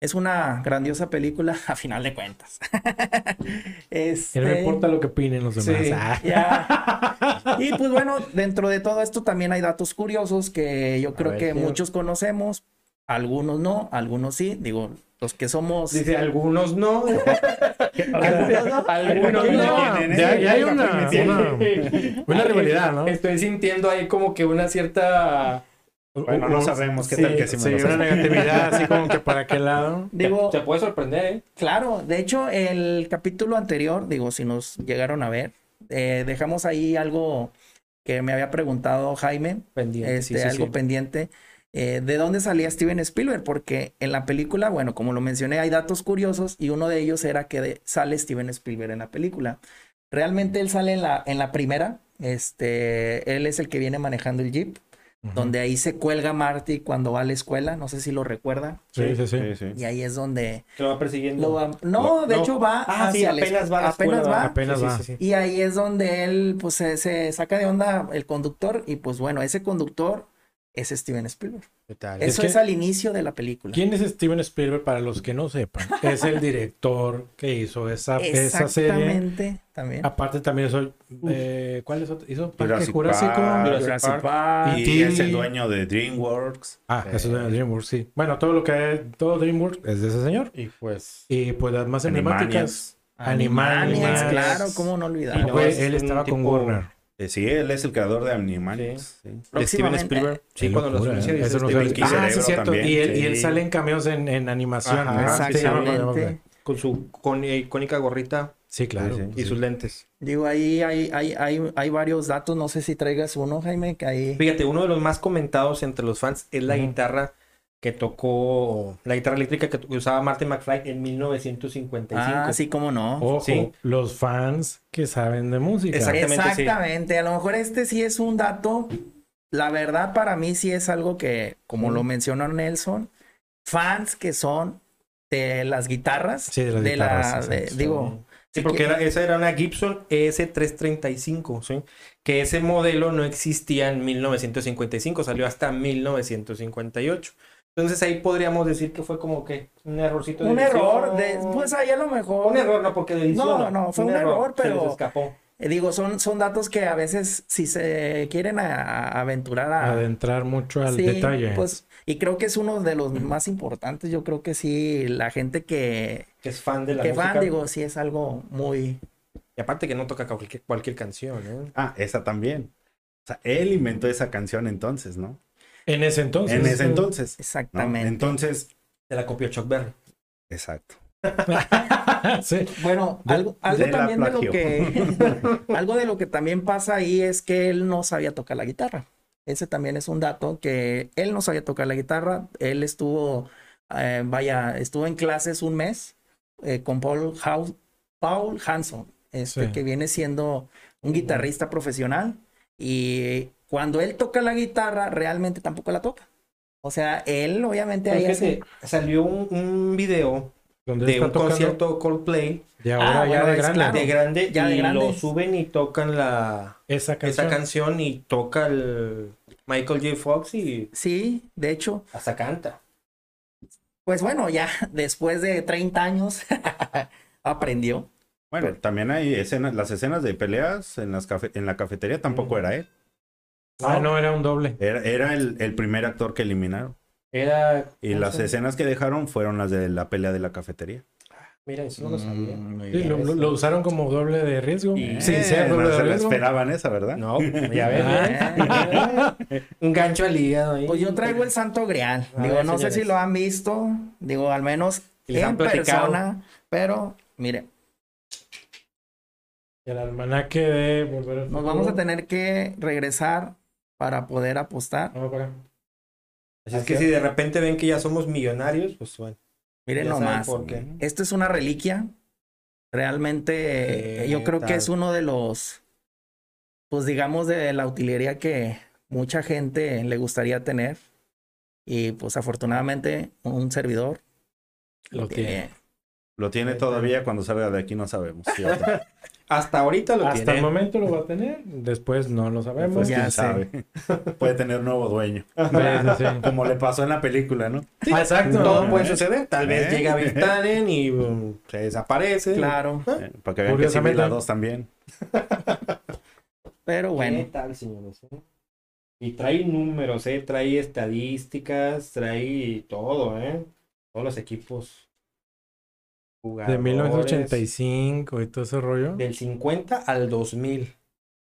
S4: es una grandiosa película [laughs] a final de cuentas. [laughs]
S2: Y no
S4: Este,
S2: importa lo que opinen los demás.
S3: Sí.
S2: Ah,
S4: ya.
S2: [laughs]
S4: Y pues bueno, dentro de todo esto también hay datos curiosos que yo creo
S2: ver,
S4: que
S2: tío.
S4: muchos conocemos, Algunos no, algunos sí. Digo, los que somos.
S3: Dice, algunos no. [laughs]
S4: algunos no.
S3: algunos no.
S5: tienen,
S2: ya,
S5: ¿eh?
S2: ya hay
S5: Ya
S2: una,
S5: tienen.
S2: una- una
S3: [laughs]
S2: rivalidad, ¿no?
S3: Estoy sintiendo ahí como que una cierta...
S5: Bueno, no sabemos qué
S3: Sí,
S5: tal que sí
S2: Sí,
S5: me lo
S2: una
S5: saben.
S2: negatividad, así como que para qué lado.
S4: Digo,
S3: Te puede sorprender, ¿eh?
S4: Claro, de hecho, el capítulo anterior, digo, si nos llegaron a ver, eh, dejamos ahí algo que me había preguntado Jaime,
S3: Pendiente. sí,
S4: este,
S3: sí,
S4: algo
S3: sí.
S4: pendiente, eh, de dónde salía Steven Spielberg, porque en la película, bueno, como lo mencioné, hay datos curiosos y uno de ellos era que de- sale Steven Spielberg en la película. Realmente él sale en la, en la primera, este, él es el que viene manejando el jeep, donde ahí se cuelga Marty cuando va a la escuela, no sé si lo recuerda,
S2: Sí, sí, sí.
S5: sí.
S4: y ahí es donde...
S3: Que lo va persiguiendo.
S4: Lo va- no,
S3: Lo-
S4: de
S3: no.
S4: hecho va
S3: Ah, sí,
S4: hacia el-
S3: apenas va a la
S4: apenas
S3: escuela,
S4: va,
S2: Apenas
S3: Sí, sí,
S2: va.
S3: sí, sí.
S4: y ahí es donde él pues se, se saca de onda el conductor y pues bueno, ese conductor es Steven Spielberg.
S3: ¿Qué tal?
S2: Es
S4: Eso
S2: que-
S4: es al inicio de la película.
S2: ¿Quién es Steven Spielberg? Para los que no sepan, es el director que hizo esa, esa serie.
S4: Exactamente, también.
S2: Aparte también soy, eh, ¿cuál es otro? ¿Hizo Parque
S5: Jurassic
S2: Jurásico?
S5: Park.
S3: Jurassic Park.
S2: Y
S5: Y
S2: Tilly.
S5: es el dueño de DreamWorks.
S2: Ah, eso es de DreamWorks, sí. Bueno, todo lo que es, todo DreamWorks es de ese señor.
S3: Y pues...
S2: Y pues las más emblemáticas.
S4: Animaniacs,
S2: Animaniacs.
S4: claro, cómo no olvidar.
S3: Y
S5: Ah,
S3: no,
S2: Fue-
S3: es
S2: él
S3: un
S2: estaba con
S3: tipo-
S2: Warner.
S5: Eh, sí, él es el creador de Animaniacs. sí.
S3: De Steven
S4: Próximamente-
S3: Spielberg.
S2: Qué
S3: Sí, cuando los
S2: locura,
S3: anuncia
S2: ¿eh?
S3: dice "Este
S2: Eso no
S3: Steven
S2: sabes.
S5: Spielberg.
S3: King
S2: Ah, sí,
S5: Cerebro
S2: cierto.
S5: también,
S2: y, él, y él
S5: sí.
S2: sale en cameos en, en animación.
S3: Ajá,
S2: ¿no? ah, Sí, ya me acordé, me acordé.
S4: Ah, Exactamente.
S3: con su con- eh, icónica gorrita
S2: Sí, claro.
S5: Sí, sí.
S3: y sus lentes.
S4: Digo, ahí hay, hay, hay, hay varios datos, no sé si traigas uno, Jaime, que ahí...
S3: Fíjate, uno de los más comentados entre los fans es la
S2: Ujú.
S3: guitarra que tocó, la guitarra eléctrica que, to- que usaba Martin McFly en 1955.
S4: Ah, sí, cómo no.
S2: Ojo,
S3: Sí.
S2: los fans que saben de música.
S3: Exacto. Exactamente, sí.
S4: Exactamente. A lo mejor este sí es un dato. La verdad, para mí sí es algo que, como lo mencionó Nelson, fans que son de las guitarras.
S2: Sí, de las guitarras,
S4: de-
S2: exacto.
S4: digo,
S3: Sí, porque era- esa era una Gibson E ES335, ¿sí? que ese modelo no existía en 1955, salió hasta 1958. Entonces ahí podríamos decir que fue como que un errorcito de
S4: un
S3: edición.
S4: error. de- pues ahí a lo mejor.
S3: un error, no porque de edición.
S4: No, no, fue un error,
S3: se les
S4: pero-
S3: escapó.
S4: eh, Digo, son, son datos que a veces, si se quieren a- a aventurar a.
S2: Adentrar mucho al
S4: Sí,
S2: detalle.
S4: Pues, y creo que es uno de los más importantes. Yo creo que sí, la gente que,
S3: Que es fan de la
S4: que
S3: música.
S4: fan, digo, sí es algo muy.
S3: Y aparte que no toca cualquier, cualquier canción, ¿eh?
S5: Ah, esa también. O sea, él inventó esa canción entonces, ¿no?
S2: en ese entonces.
S5: en ese entonces. ¿no?
S4: Exactamente.
S5: Entonces,
S3: Se la copió Chuck Berry.
S5: exacto.
S2: [laughs] Sí.
S4: Bueno,
S2: De-
S4: algo, algo
S5: de la
S4: también de lo
S5: plagio.
S4: que algo de lo que también pasa ahí es que él no sabía tocar la guitarra. Ese también es un dato que él no sabía tocar la guitarra. Él estuvo, eh, vaya, estuvo en clases un mes eh, con Paul, Hau- Paul Hanson, este
S2: Sí.
S4: que viene siendo un guitarrista profesional. Y cuando él toca la guitarra, realmente tampoco la toca. O sea, él obviamente ahí
S3: Pues Fíjate,
S4: hace-
S3: salió un, un video
S2: Donde
S3: de
S2: está
S3: un
S2: tocando,
S3: concierto Coldplay
S2: Y ahora
S4: Ah,
S2: ya
S4: bueno,
S2: de
S4: es
S2: grande.
S4: claro.
S3: de grande
S4: Ya de
S3: y
S4: grande.
S3: lo suben y tocan la
S2: Esa canción.
S3: esa canción y toca el Michael J. Fox y
S4: Sí, de hecho,
S3: hasta canta.
S4: Pues bueno, ya después de 30 años [laughs] aprendió.
S5: Bueno, también hay escenas, las escenas de peleas en, las cafe- en la cafetería
S3: Mm.
S5: tampoco era él.
S2: Ah, no, era un doble.
S5: Era, era el, el primer actor que eliminaron.
S3: Era
S5: Y
S3: ¿cómo
S5: las
S3: se llama?
S5: escenas que dejaron fueron las de la pelea de la cafetería.
S3: Mira, eso
S2: Mm,
S3: no lo sabía.
S2: Sí, lo, lo- lo usaron como doble de riesgo.
S3: Y-
S2: Sin ser
S5: Eh,
S2: doble
S5: no
S2: de
S5: se la
S2: riesgo.
S5: esperaban esa, ¿verdad?
S3: No, ya ves.
S4: Ah.
S3: ¿eh? un gancho al hígado ahí.
S4: Pues yo traigo el santo grial.
S3: A
S4: Digo,
S3: ver,
S4: no sé
S3: señores.
S4: si lo han visto, digo, al menos
S3: Les han
S4: en
S3: platicado.
S4: persona, pero mire,
S2: El almanaque de volver al
S4: nos
S2: futuro.
S4: vamos a tener que regresar para poder apostar.
S2: Vamos para acá.
S3: Así es que si de repente ven que ya somos millonarios, pues bueno.
S4: Miren
S3: ya saben
S4: nomás. ¿eh?
S3: por qué.
S4: Esto es una reliquia. Realmente,
S3: ¿Qué
S4: eh, yo creo que
S3: tal?
S4: es uno de los, pues digamos, de la utilería que mucha gente le gustaría tener. Y pues afortunadamente un servidor
S2: Lo tiene.
S5: Lo tiene todavía, cuando salga de aquí no sabemos.
S3: Hasta ahorita lo
S2: Hasta el
S3: tienen.
S2: momento lo va a tener. Después no lo sabemos.
S5: Pues
S4: Ya
S5: quién
S4: sé.
S5: sabe. Puede tener nuevo dueño.
S2: [laughs] Sí, sí, sí.
S5: Como le pasó en la película, ¿no?
S2: Ah, exacto.
S3: Todo
S5: No,
S3: puede
S5: ¿eh?
S3: suceder. Tal vez
S5: ¿Eh?
S3: llega Big Tannen y um, se desaparece.
S4: Claro,
S5: Eh, Para que vean que sí vi [laughs]
S2: Curiosamente.
S5: la dos también.
S4: pero
S3: ¿Qué
S4: bueno,
S3: tal, señores? eh? Y trae números, ¿eh? Trae estadísticas, trae todo, ¿eh? Todos los equipos.
S2: De
S3: Jugadores,
S2: 1985 y todo ese rollo.
S3: Del 50 al 2000.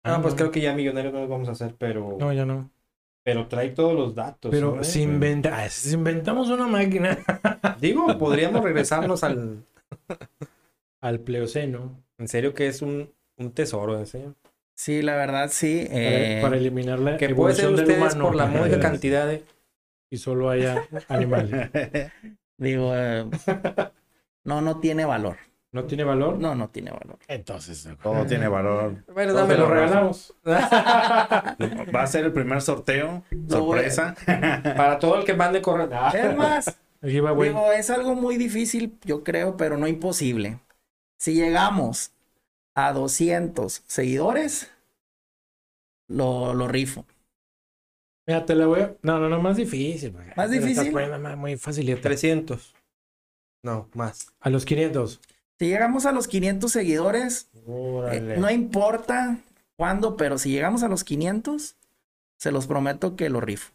S3: Ah,
S2: Ah,
S3: pues
S2: no.
S3: creo que ya millonarios no los vamos a hacer, pero,
S2: No, ya no.
S3: pero trae todos los datos.
S2: Pero
S3: ¿eh?
S2: si, inventa- ah, si inventamos una máquina [laughs]
S3: Digo, podríamos regresarnos al...
S2: al Pleoceno
S3: En serio que es un, un tesoro, ¿en serio?
S4: Sí, la verdad, sí. eh,
S2: para, para eliminar la
S3: Que puede ser
S2: evolución del
S3: ustedes
S2: humano. [laughs]
S3: por la módica cantidad de...
S2: Y solo haya
S3: [laughs]
S2: animales.
S4: Digo,
S2: [laughs]
S4: eh, no, no tiene valor.
S2: ¿No tiene valor? [laughs]
S4: No, no tiene valor.
S2: Entonces,
S5: Todo tiene valor.
S3: Bueno,
S2: Te
S3: dámelo.
S2: lo regalamos.
S5: Va a ser el primer sorteo. Sorpresa.
S3: Para todo el que mande correo. Ah,
S4: Es
S2: [laughs]
S4: más,
S2: El giveaway.
S4: digo, es algo muy difícil, yo creo, pero no imposible. Si llegamos a 200 seguidores, lo, lo rifo.
S2: Mira, te la voy a... No, no, no, más difícil. güey.
S4: ¿Más
S2: Te la
S4: difícil?
S2: Estás poniendo más- muy fácil.
S3: 300. No, más.
S2: A los 500.
S4: Si llegamos a los 500 seguidores, eh,
S3: Órale.
S4: no importa cuándo, pero si llegamos a los 500, se los prometo que lo rifo.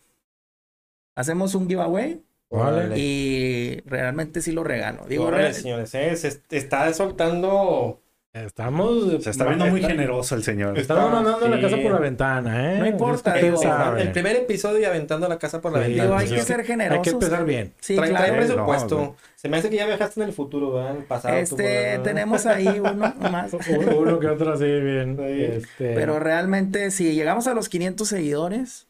S4: Hacemos un giveaway
S3: Órale.
S4: y realmente sí lo regalo. Digo,
S3: Órale,
S4: re-
S3: señores, eh, se est- está soltando.
S2: Estamos...
S5: [laughs]
S2: eh,
S5: Se está viendo muy generoso el señor.
S2: Estamos
S3: Está-
S2: mandando la
S3: Ah, sí.
S2: casa por la ventana, ¿eh?
S4: No importa,
S2: Es que
S4: digo,
S2: ustedes saben.
S3: El primer episodio y aventando la casa por la
S2: Sí,
S4: digo,
S3: ventana.
S4: hay que
S3: señores.
S4: ser
S2: Hay que
S4: generosos.
S2: empezar bien.
S4: Sí,
S3: Trae, trae
S4: claro.
S5: Sí,
S3: presupuesto.
S5: no,
S3: Se me hace que ya viajaste en el futuro, ¿verdad? En el pasado. tú,
S4: Este,
S3: ¿verdad?
S4: tenemos ahí uno más.
S2: Uno uno que otro así bien.
S3: Sí.
S2: Este,
S4: Pero realmente, si llegamos a los 500 seguidores,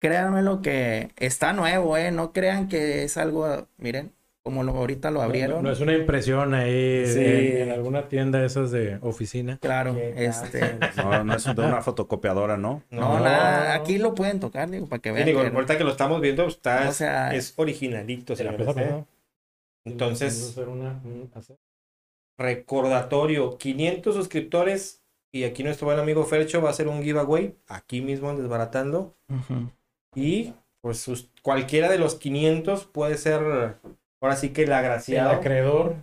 S4: créanme lo que está nuevo, ¿eh? No crean que es algo, miren, como lo, ahorita lo
S2: No,
S4: abrieron.
S2: no es una impresión ahí
S3: Sí.
S2: en, en alguna tienda de esas de oficina.
S4: Claro,
S3: Qué pues,
S4: este.
S3: gacho.
S5: No, no es de una fotocopiadora, ¿no?
S4: No, nada, aquí lo pueden tocar, digo, para que
S3: Sí,
S4: vean.
S3: digo,
S4: que-
S3: ahorita que lo estamos viendo, está,
S4: o sea,
S3: es originalito,
S2: Se la pues,
S3: señores,
S2: empieza
S3: ¿eh?
S2: a
S3: Entonces,
S2: hacer una- un- hacer-
S3: recordatorio, 500 suscriptores y aquí nuestro buen amigo Fercho va a hacer un giveaway, aquí mismo en Desbaratando.
S4: Ujú.
S3: Y pues sus- cualquiera de los 500 puede ser, ahora sí que el
S2: El
S3: agraciado.
S2: acreedor,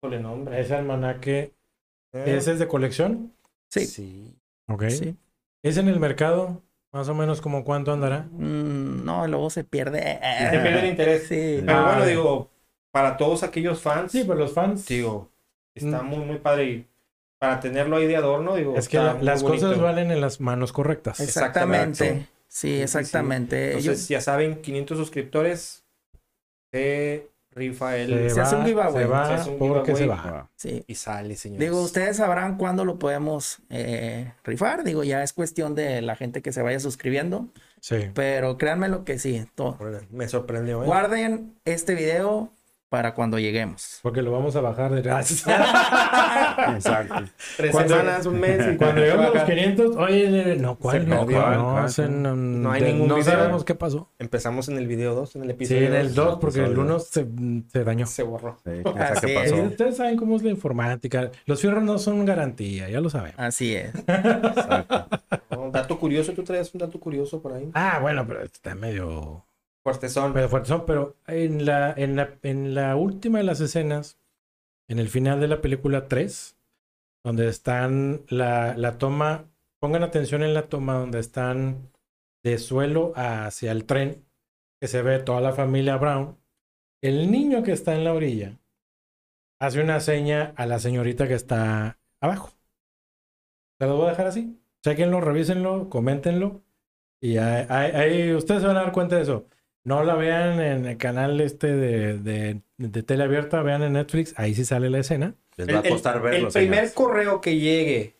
S3: por el nombre.
S2: ese almanaque,
S3: ¿eh?
S2: ¿ese es de colección?
S4: Sí,
S3: Sí.
S2: Ok.
S4: sí.
S2: ¿Es en el mercado? Más o menos como cuánto andará.
S4: Mm, no, luego se pierde.
S3: Eh, Se pierde el interés.
S4: Sí.
S3: Pero
S2: Ah.
S3: bueno, digo, para todos aquellos fans,
S2: Sí, pues, mm. pero los fans.
S3: digo, está muy, muy padre. Y para tenerlo ahí de adorno, digo,
S2: es que
S3: está
S2: la-
S3: muy
S2: las cosas
S3: bonito.
S2: valen en las manos correctas.
S3: sí,
S4: Exactamente. Sí,
S3: sí.
S4: exactamente.
S3: Entonces,
S4: Ellos-
S3: ya saben, 500 suscriptores, se rifa él
S4: Se hace un giveaway.
S2: Se va
S3: Se hace un
S2: porque
S3: giveaway.
S2: se va.
S5: Ah,
S4: sí.
S3: y sale, señores.
S4: Digo, ustedes sabrán cuándo lo podemos eh, rifar. Digo, ya es cuestión de la gente que se vaya suscribiendo.
S2: Sí.
S4: Pero créanme lo que sí. to-
S3: Órale, Me sorprendió, ¿eh?
S4: Guarden este video para cuando lleguemos.
S2: Porque lo vamos a bajar de
S5: Exacto.
S3: Tres
S2: cuando-
S3: semanas, un mes. [laughs] Y
S2: Cuando llegamos a los
S3: Acá.
S2: 500, [laughs] oye, le- no, ¿cuál?
S5: Se
S2: no,
S5: perdió,
S2: ¿cuál?
S5: ¿cuál?
S2: no, se- no,
S3: No hay
S2: de-
S3: ningún
S2: no
S3: video.
S2: sabemos qué pasó.
S3: Empezamos en el video 2, en el
S2: Sí,
S3: episodio
S2: en el 2,
S5: dos,
S2: porque el
S5: episodio
S2: 1 se, se dañó.
S3: Se borró.
S5: Sí, quién sabe
S4: Así
S5: qué
S4: es.
S2: Sí,
S5: pasó.
S2: Ustedes saben cómo es la informática. Los fierros no son garantía, ya lo sabemos.
S4: Así es.
S5: Exacto.
S3: No, dato curioso, tú traes un dato curioso por ahí.
S2: Ah, bueno, pero está medio,
S3: Fuertezón.
S2: medio fuerte. Pero en la, en, la, en la última de las escenas, en el final de la película 3, donde están la, la toma, pongan atención en la toma donde están de suelo hacia el tren, que se ve toda la familia Brown. El niño que está en la orilla hace una seña a la señorita que está abajo. Se lo voy a dejar así. Chequenlo, revísenlo, coméntenlo. Y ahí, ahí- ahí ustedes se van a dar cuenta de eso. No la vean en el canal este de, de, de tele abierta, vean en Netflix, ahí sí sale la escena.
S5: Les
S3: El,
S5: va a costar
S3: el-
S5: verlo,
S3: el primer
S5: señores.
S3: correo que llegue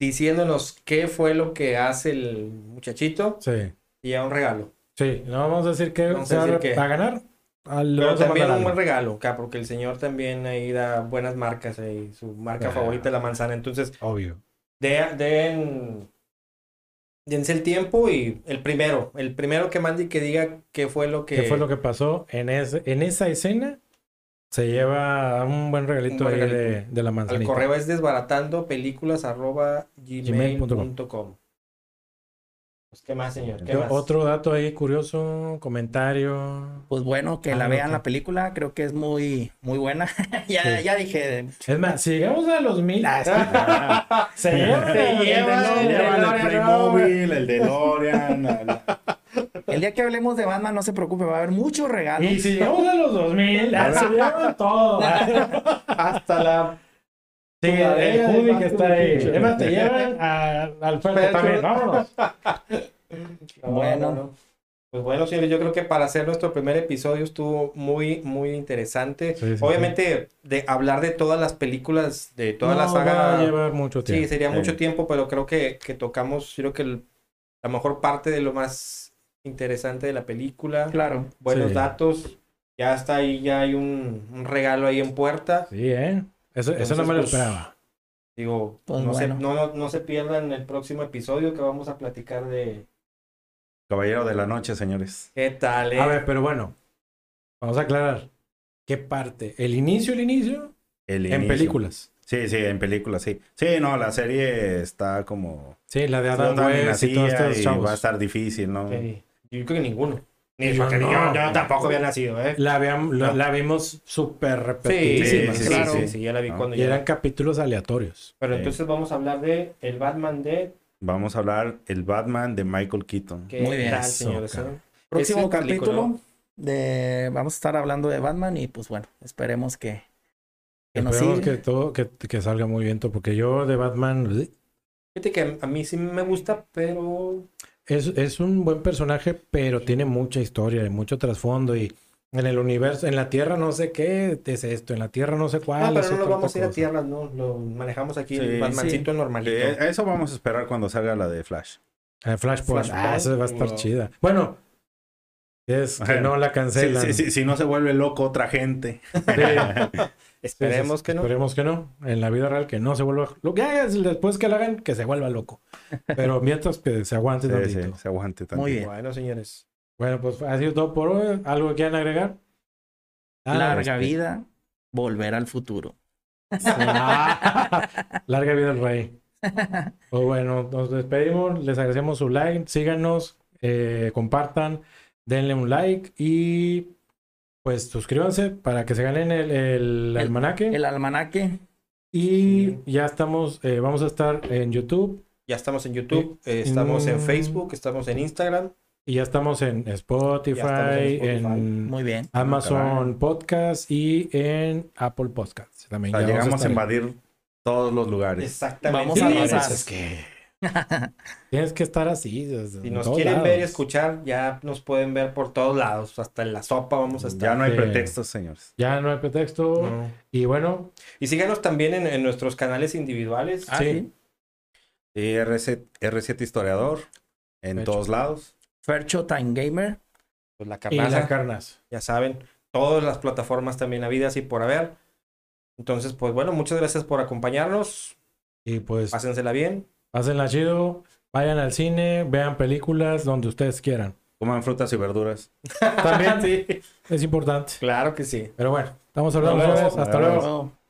S3: diciéndonos qué fue lo que hace el muchachito
S2: Sí.
S3: y a un regalo.
S2: Sí, no vamos a decir que
S3: Vamos a
S2: se va
S3: decir que-
S2: a ganar. Ah, le
S3: Pero
S2: vamos a
S3: también
S2: mandar
S3: un buen
S2: algo.
S3: regalo, acá, porque el señor también ahí da buenas marcas ahí, su marca
S2: Ah.
S3: favorita es la manzana. Entonces,
S2: Obvio.
S3: de- den, dense el tiempo y el primero, el primero que mande y que diga qué fue lo que...
S2: ¿Qué fue lo que pasó en, ese- en esa escena? Se lleva un buen regalito,
S3: Un buen
S2: ahí de,
S3: regalito.
S2: de la
S3: El
S2: manzanita.
S3: correo es desbaratando películas arroba gmail punto com. Pues, ¿Qué más, señor? ¿Qué
S2: Yo-
S3: más?
S2: Otro dato ahí curioso, comentario.
S4: Pues bueno, que
S2: Ah,
S4: la vean
S2: ok.
S4: la película, creo que es muy, muy buena. [laughs] ya,
S2: Sí.
S4: ya dije, "Ah,
S2: Es más, si llegamos a los mil,
S5: Ah.
S2: Ah, se llevan
S3: Se
S2: el
S3: llevan
S2: DeLorean.
S3: el
S5: Llevan el
S3: DeLorean,
S5: Playmobil, el DeLorean. el-
S4: el día que hablemos de Batman, no se preocupe, va a haber muchos regalos.
S2: Y si llegamos a los 2000, ya se llevan todo.
S3: [laughs]
S2: [laughs]
S3: Hasta la.
S2: Sí,
S3: Sudadera
S2: el
S3: de
S2: hoodie que
S3: Back to
S2: está
S3: the
S2: ahí.
S3: Future.
S2: Es más, te
S3: [laughs]
S2: llevan a- al
S3: Pero-
S2: perro también, [laughs] vámonos.
S3: No,
S4: Bueno.
S3: no, no. Pues bueno, señores, yo creo que para hacer nuestro primer episodio estuvo muy, muy interesante.
S2: Sí, sí,
S3: Obviamente, de hablar de todas las películas, de toda la
S2: No
S3: saga.
S2: Va a llevar mucho
S3: Sí,
S2: tiempo.
S3: sería
S5: Sí.
S3: mucho tiempo, pero creo que, que tocamos, creo que el- la mejor parte de lo más interesante de la película.
S4: Claro.
S3: Buenos
S2: Sí.
S3: datos. Ya está ahí, ya hay un, un regalo ahí en puerta.
S2: Sí, ¿eh? Eso, eso no
S3: Entonces,
S2: me lo
S3: pues,
S2: esperaba.
S3: Digo,
S4: Pues
S3: no, se,
S4: bueno.
S3: no, no, no se pierdan el próximo episodio que vamos a platicar de
S5: Caballero de la Noche, señores.
S3: qué tal, eh?
S2: A ver, pero bueno, vamos a aclarar. ¿Qué parte? ¿El inicio, el inicio?
S5: El
S2: En
S5: inicio.
S2: películas.
S5: Sí, sí, en películas, sí. Sí, no, la serie está como...
S2: Sí, la de Adam
S5: Yo también
S2: West y
S5: nacía
S2: todos estos
S5: y va a
S2: chavos.
S5: estar difícil, ¿no?
S3: Sí. Yo creo que ninguno. Ni
S2: Yo
S3: porque
S2: no.
S3: tampoco había nacido, ¿eh?
S2: La, veam- la, la vimos súper repetidísima.
S5: sí, sí,
S3: claro.
S5: sí.
S3: ya la vi
S5: ¿No?
S3: cuando
S2: Y
S3: ya.
S2: eran capítulos aleatorios.
S3: Pero
S5: Sí.
S3: entonces vamos a hablar de el Batman de
S5: Vamos a hablar el Batman de Michael Keaton.
S3: ¿Qué
S4: Muy bien.
S3: tal,
S2: Eso,
S3: señores? ¿eh?
S2: cabrón.
S4: Próximo
S3: Ese película,
S4: capítulo de vamos a estar hablando de Batman y pues bueno, esperemos que, que nos
S2: Esperemos
S4: siga.
S2: que todo que, que salga muy bien, todo, porque yo de Batman bleh,
S3: Fíjate que a mí sí me gusta, pero
S2: es, es un buen personaje, pero tiene mucha historia y mucho trasfondo y en el universo, en la Tierra no sé qué es esto, en la Tierra no sé
S3: Ah,
S2: cuál.
S3: pero
S2: es
S3: no nos
S2: otra
S3: vamos a ir a
S2: cosa.
S3: tierras, no. Lo manejamos aquí
S5: Sí,
S3: el Batmancito normalito.
S5: Eh, a eso vamos a esperar cuando salga la de Flash.
S2: Eh, Flashpoint,
S3: Flashpoint,
S2: ah, esa va a estar
S3: no.
S2: chida. Bueno, es que
S5: Bueno,
S2: no la
S5: Sí,
S2: cancelan.
S5: sí, sí, si no se vuelve loco otra gente.
S2: Sí.
S3: Esperemos que no.
S2: Esperemos que no. En la vida real que no se vuelva. Lo que haga es después que la hagan, que se vuelva loco.
S3: [laughs]
S2: Pero mientras que se aguante
S5: Sí, sí,
S2: tantito.
S5: eh, se aguante tanto.
S4: Muy bien.
S3: Bueno, señores.
S2: Bueno, pues ha sido todo por hoy. ¿Algo que quieran agregar? Ah,
S4: Larga
S2: este-
S4: vida, volver al futuro.
S2: Ah, [laughs] larga vida al rey. Pues bueno, nos despedimos. Les agradecemos su like. Síganos, eh, compartan, denle un like y pues suscríbanse para que se ganen el, el,
S4: El-
S2: almanaque.
S4: El almanaque,
S2: Y ya estamos, eh, vamos a estar en YouTube.
S3: Ya estamos en YouTube, eh, estamos en
S2: Mm.
S3: Facebook, estamos en Instagram.
S2: Y ya estamos en Spotify,
S3: Ya estamos en
S2: en,
S3: Spotify.
S4: muy bien.
S2: Amazon Podcast y en Apple Podcast.
S5: O
S2: También
S5: sea,
S2: ya vamos
S5: llegamos a
S2: estar en-
S5: invadir todos los lugares.
S3: Exactamente.
S4: Vamos
S2: a
S3: señores.
S2: avanzar.
S3: Es [laughs] que
S2: Tienes que estar así.
S3: Si nos quieren ver y escuchar, ya nos pueden ver por todos lados. Hasta en la sopa vamos a estar.
S5: Ya no hay
S2: Sí.
S5: pretextos, señores.
S2: Ya no hay pretexto.
S3: No.
S2: Y bueno,
S3: Y síganos también en, en nuestros canales individuales.
S4: Ah,
S2: sí.
S4: sí.
S5: Y RC, R7 Historiador, en
S2: De hecho.
S5: todos lados.
S4: Fercho Time Gamer,
S3: Pues la
S2: Y
S3: carnaza,
S2: las carnas.
S3: ya saben. Todas las plataformas también habidas y por haber. Entonces, pues bueno, muchas gracias por acompañarnos.
S2: Y pues,
S3: Pásensela bien.
S2: pásenla chido. Vayan al cine, vean películas donde ustedes quieran.
S5: Coman frutas y verduras.
S2: También
S3: Sí,
S2: es importante.
S3: claro que [laughs] sí.
S2: Pero bueno, estamos hablando.
S3: Nos vemos.
S2: señores. Hasta
S5: Nos
S2: luego.
S5: vemos.
S4: luego.